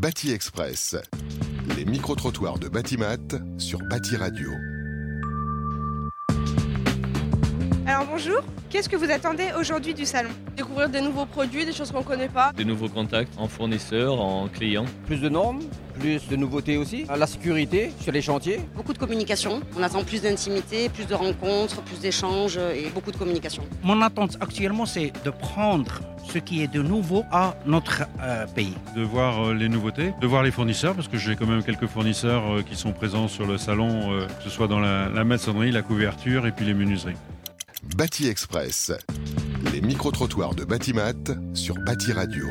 Bâti Express, les micro-trottoirs de Batimat sur Bâti Radio. Alors bonjour, qu'est-ce que vous attendez aujourd'hui du salon découvrir des nouveaux produits, des choses qu'on connaît pas. des nouveaux contacts en fournisseur, en client. plus de normes, plus de nouveautés aussi, la sécurité sur les chantiers. Beaucoup de communication. On attend plus d'intimité, plus de rencontres, plus d'échanges euh, et beaucoup de communication. Mon attente actuellement, c'est de prendre ce qui est de nouveau à notre euh, pays. de voir euh, les nouveautés, de voir les fournisseurs, parce que j'ai quand même quelques fournisseurs euh, qui sont présents sur le salon, euh, que ce soit dans la, la maçonnerie, la couverture et puis les menuiseries. Bâti Express, les micro-trottoirs de Batimat sur Bâti Radio.